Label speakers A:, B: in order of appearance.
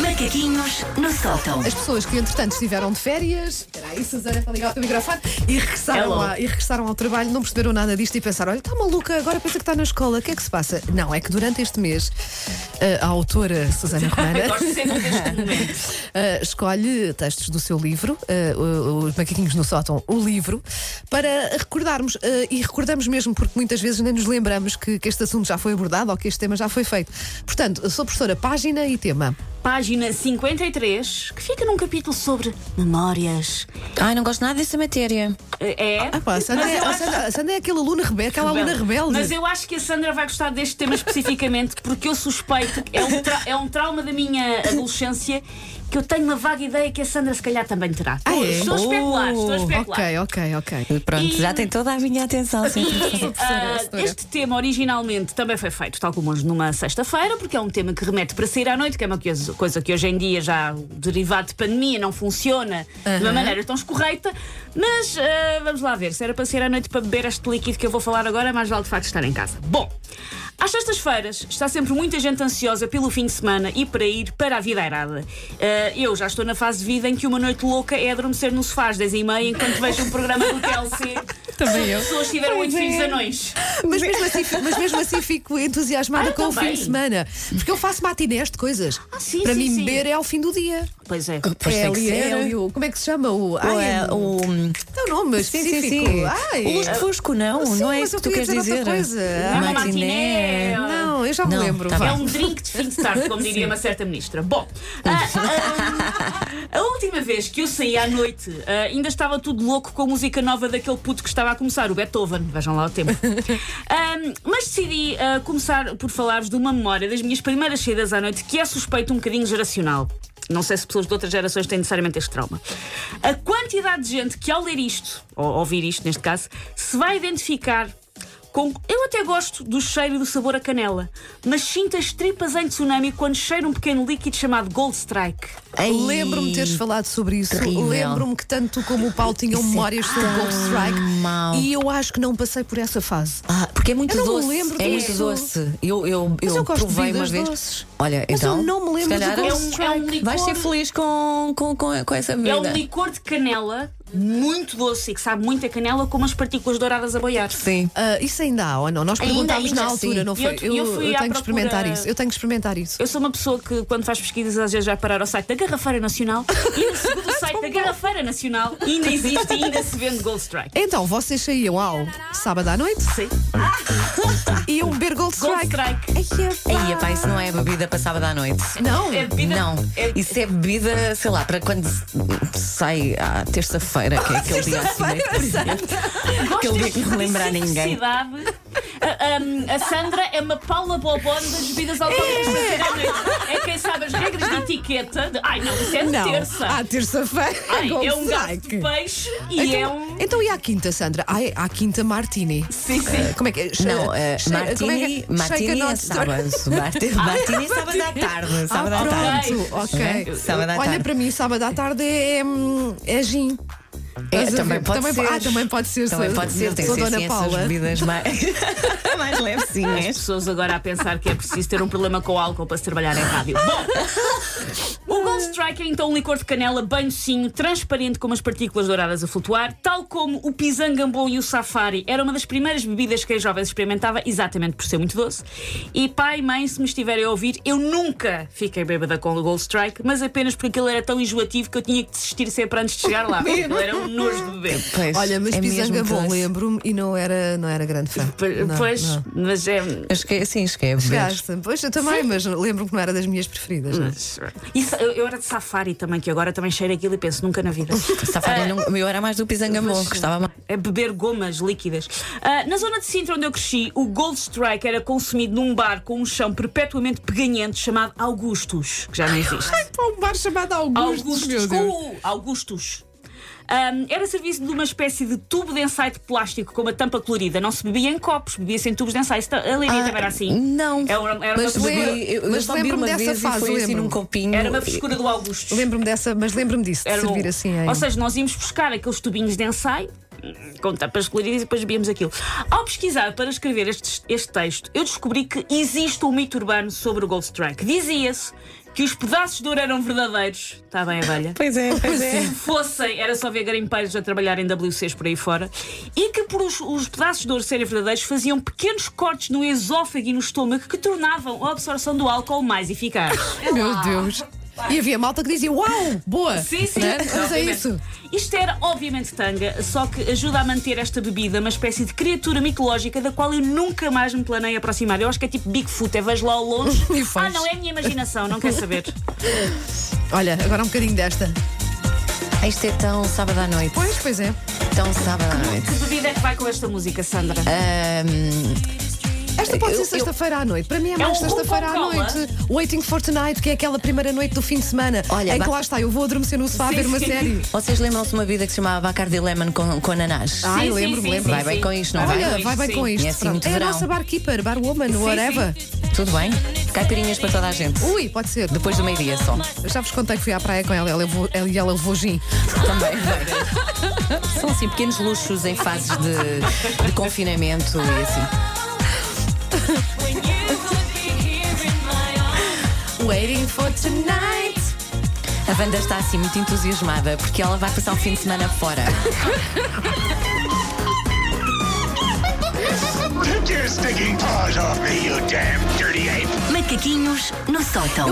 A: Macaquinhos no sótão.
B: As pessoas que, entretanto, estiveram de férias, espera aí, Suzana, para ligar o teu microfone, e regressaram,
A: Hello.
B: lá, e regressaram ao trabalho, não perceberam nada disto e pensaram: olha, está maluca, agora pensa que está na escola, o que é que se passa? Não, é que durante este mês, eh, a, a autora Susana Romana. Uh, escolhe textos do seu livro, uh, o- Os Macaquinhos no Sótão, o livro, para recordarmos. uh, e recordamos mesmo, porque muitas vezes nem nos lembramos que, que este assunto já foi abordado ou que este tema já foi feito. Portanto, eu sou professora, página e tema.
C: Página 53, que fica num capítulo sobre memórias.
D: Ai, não gosto nada dessa matéria.
C: É.
B: Ah, pá, a Sandra, é, a Sandra- a Sandra é aquele aluno rebelde, aquela aluna rebelde.
C: Mas eu acho que a Sandra vai gostar deste tema especificamente, porque eu suspeito que é um, tra- é um trauma da minha adolescência que eu tenho uma vaga ideia que a Sandra se calhar também terá.
B: Ah, é?
C: Estou a especular, estou a especular.
B: Ok, ok, ok.
D: Pronto,
C: E-
D: já tem toda a minha atenção. Sim,
C: E, ah, este tema originalmente também foi feito, tal como hoje, numa sexta-feira, porque é um tema que remete para sair à noite, que é uma coisa, coisa que hoje em dia, já derivado de pandemia, não funciona de uma maneira tão escorreita. Mas ah, vamos lá ver, se era para sair à noite para beber este líquido que eu vou falar agora, mais vale de facto estar em casa. Bom, às sextas-feiras está sempre muita gente ansiosa pelo fim de semana e para ir para a vida airada. Ah, eu já estou na fase de vida em que uma noite louca é adormecer no sofá às 10h30 enquanto vejo um programa do TLC.
B: Também eu.
C: As pessoas tiveram oito filhos anões.
B: Mas mesmo assim, fi- mas mesmo assim fico entusiasmada
C: Ah, eu
B: com o fim
C: também.
B: de semana. Porque eu faço matinés de coisas.
D: Ah,
C: sim,
B: Para
C: sim,
B: mim,
C: sim.
B: beber é ao fim do dia.
C: Pois é.
B: É ali, é ali o- Como é que se chama? O.
D: Ou
B: ai,
D: é o.
B: Tem um nome
D: Sim, sim,
B: específico.
D: sim.
B: Ai.
D: O luz de fosco, não.
B: Sim,
D: não é
B: mas
D: isso
B: eu
D: que tu
B: queria
D: queres dizer.
B: outra coisa.
D: Não,
C: Ah, matiné.
B: Não, eu já me
D: Não,
B: lembro.
D: tá
B: vá.
C: É um drink de fim de tarde, como diria uma certa ministra. Bom, ah, ah, a última vez que eu saí à noite, ah, ainda estava tudo louco com a música nova daquele puto que estava a começar, o Beethoven. Vejam lá o tempo. Ahm, mas decidi ah, começar por falar-vos de uma memória das minhas primeiras saídas à noite que é suspeito um bocadinho geracional. Não sei se pessoas de outras gerações têm necessariamente este trauma. A quantidade de gente que, ao ler isto, ou ouvir isto neste caso, se vai identificar Com- Eu até gosto do cheiro e do sabor a canela, mas sinto as tripas em tsunami quando cheiro um pequeno líquido chamado Gold Strike.
D: Ai,
B: Lembro-me de teres falado sobre isso.
D: terrível.
B: Lembro-me que tanto tu como o Paulo tinham
D: Isso é
B: memórias sobre Gold Strike.
D: mau.
B: E eu acho que não passei por essa fase.
D: Ah, porque é muito
B: Eu não me
D: doce.
B: lembro
D: é
B: disso.
D: muito doce. Eu, eu,
B: Mas eu gosto de
D: provei uma
B: bebidas
D: vez.
B: doces.
D: Olha,
B: Mas eu
D: então.
B: não me lembro
D: se calhar
B: de
C: É
B: Gold
C: um, é um licor,
D: Vais ser feliz com, com, com, com essa vida.
C: é um licor de canela muito doce e que sabe muito a canela com umas partículas douradas a boiar.
D: Sim.
B: Ah, isso ainda há ou não? Nós
C: Ainda,
B: perguntámos
C: ainda,
B: na altura,
D: sim.
B: não
C: E
B: foi?
C: eu- eu fui à
B: tenho que experimentar
C: procura-
B: isso. Eu tenho que experimentar isso.
C: Eu sou uma pessoa que, quando faz pesquisas, às vezes vai parar ao site da Garrafeira Nacional e no segundo site da Garrafeira Nacional ainda existe e ainda se vende Gold Strike.
B: Então, vocês saíam ao sábado à noite
C: Sim.
B: e iam beber Gold
C: Gold
B: Strike.
C: Strike.
D: Aí, epá, isso não é bebida para sábado à noite.
B: Não,
C: É bebida.
D: Não,
C: É-
D: isso é bebida, sei lá, para quando se- sai à terça-feira, que é aquele dia assim. meio
C: Gosto
D: Aquele dia que
C: deste
D: não lembra a
C: tipo de
D: ninguém.
C: simplicidade. A, um, a Sandra é uma Paula Bobon das bebidas alcoólicas brasileiras. É quem sabe as regras de etiqueta. de- ai, não, isso é de
B: não.
C: terça.
B: À terça-feira.
C: Ai,
B: Gold
C: é um gato de
B: Strike.
C: peixe e é
B: Então,
C: um.
B: então e à quinta, Sandra? Ai, à quinta Martini.
C: Sim, sim.
B: Como é que é? Che-
D: Não, eh,
B: che- como é
D: Martini,
B: que é? Shake
D: Martini
B: a
D: é
B: not-
D: sábado. Marti- Martini é sábado à tarde.
B: Ah,
D: Sábado à tarde.
B: pronto, ok.
D: Sábado à
B: Olha,
D: tarde.
B: para mim, sábado à tarde é, hum, é gin.
D: É,
B: Estás a
D: também
B: ver?
D: pode ser.
B: Ah, também pode ser.
D: Também
B: sou-
D: pode ser, tem que
B: sou
D: ser
B: Dona
D: assim, essas
B: Paula.
D: bebidas mais, mais
C: As
D: levezinhas.
C: pessoas agora a pensar que é preciso ter um problema com o álcool para se trabalhar em rádio. Bom, o Gold Strike é então um licor de canela bem docinho, transparente com umas partículas douradas a flutuar, tal como o pisangambon e o safari. Era uma das primeiras bebidas que as jovens experimentava, exatamente por ser muito doce. E pai e mãe, se me estiverem a ouvir, eu nunca fiquei bêbada com o Gold Strike, mas apenas porque aquilo era tão enjoativo que eu tinha que desistir sempre antes de chegar lá. Aquilo era um nojo de beber.
D: Pois,
B: Olha, mas
D: é mesmo
B: pisanga bom,
D: doce.
B: lembro-me e não era, não era grande fã. Não,
C: Pois,
B: não.
C: mas é.
D: Acho que é assim, acho que é beber.
B: Gasta. Pois eu também, mas lembro-me que não era das minhas preferidas.
C: Hum.
B: não é?
C: Isso, eu, eu era de safari também, que agora também cheiro aquilo e penso nunca na vida.
D: Safari
B: Ah.
D: não, eu era mais do pisangamon, gostava mais.
C: É beber gomas líquidas. Ah, na zona de Sintra, onde eu cresci, o Gold Strike era consumido num bar com um chão perpetuamente peganhento chamado Augustus, que já não existe.
B: Há um bar chamado
C: Ah.
B: Augustos,
C: Augustus,
B: meu
C: com
B: Deus.
C: o Augustus. Ahm, era serviço de uma espécie de tubo de ensaio de plástico com uma tampa colorida. Não se bebia em copos, bebia-se em tubos de ensaio. A Leiria também era assim.
D: Ah, Não.
C: Era uma, era
D: Mas
C: uma
B: lembro-
C: frescura-
D: bebi- eu,
B: mas
D: eu só bebi
B: lembro-me
D: uma
B: dessa
D: vez e
B: fase,
D: foi assim
B: lembro-me.
D: num copinho.
C: era uma frescura do Augustus.
B: Lembro-me dessa, mas lembro-me disso, de
C: Era um-
B: servir
C: o-
B: assim. Em...
C: Ou seja, nós íamos buscar aqueles tubinhos de ensaio com tapas coloridas e depois bebíamos aquilo. Ao pesquisar para escrever este, este texto, eu descobri que existe um mito urbano sobre o Gold Strike. Dizia-se que os pedaços de ouro eram verdadeiros. Está bem, abelha?
D: Pois é, pois é.
C: se fossem, era só ver garimpeiros a trabalhar em WCs por aí fora, e que por os, os pedaços de ouro serem verdadeiros faziam pequenos cortes no esófago e no estômago que tornavam a absorção do álcool mais eficaz.
B: Meu Deus. E havia malta que dizia: Uau, boa!
C: Sim, sim.
B: Né? Mas é
C: Obviamente.
B: isso.
C: Isto era, obviamente, tanga, só que ajuda a manter esta bebida uma espécie de criatura mitológica da qual eu nunca mais me planei aproximar. Eu acho que é tipo Bigfoot, é vejo lá ao longe.
B: E
C: ah,
B: faz.
C: não, é a minha imaginação, não quero saber.
B: Olha, agora um bocadinho desta.
D: Isto é tão sábado à noite.
B: Pois, pois é.
D: Tão sábado à noite.
C: que bebida é que vai com esta música, Sandra?
D: Ahm,
B: Esta pode
D: É Eu-
B: ser
D: eu-
B: sexta-feira à noite. Para mim é mais
C: um
B: sexta-feira à
C: Coca-Cola.
B: noite. Waiting for Tonight, que é aquela primeira noite do fim de semana.
D: Olha,
B: em que
D: ba-
B: lá está, eu vou adormecer no sofá a
C: Sim,
B: ver uma
C: sim.
B: série.
D: vocês lembram-se de uma vida que se chamava Bacardi Lemon com, com ananás?
B: Ah, Ai, lembro-me, lembro.
D: Vai bem com isto, não
B: Olha,
D: vai?
B: vai bem
C: sim.
B: com isto.
D: É assim,
B: Pronto.
D: muito
B: é a
D: verão.
B: nossa barkeeper, barwoman,
C: sim.
B: whatever.
D: Tudo bem? Caipirinhas para toda a gente.
B: Ui, pode ser.
D: Depois do meio-dia só.
B: Eu já vos contei que fui à praia com ela ela levou- ela- e ela levou gin.
D: Também. vai. São assim pequenos luxos em fases de, de confinamento e assim.
B: Waiting for tonight.
D: A Wanda está assim muito entusiasmada porque ela vai passar o fim de semana fora.
E: Take your stinking paws off me, you damn dirty ape!
A: Macaquinhos no sótão.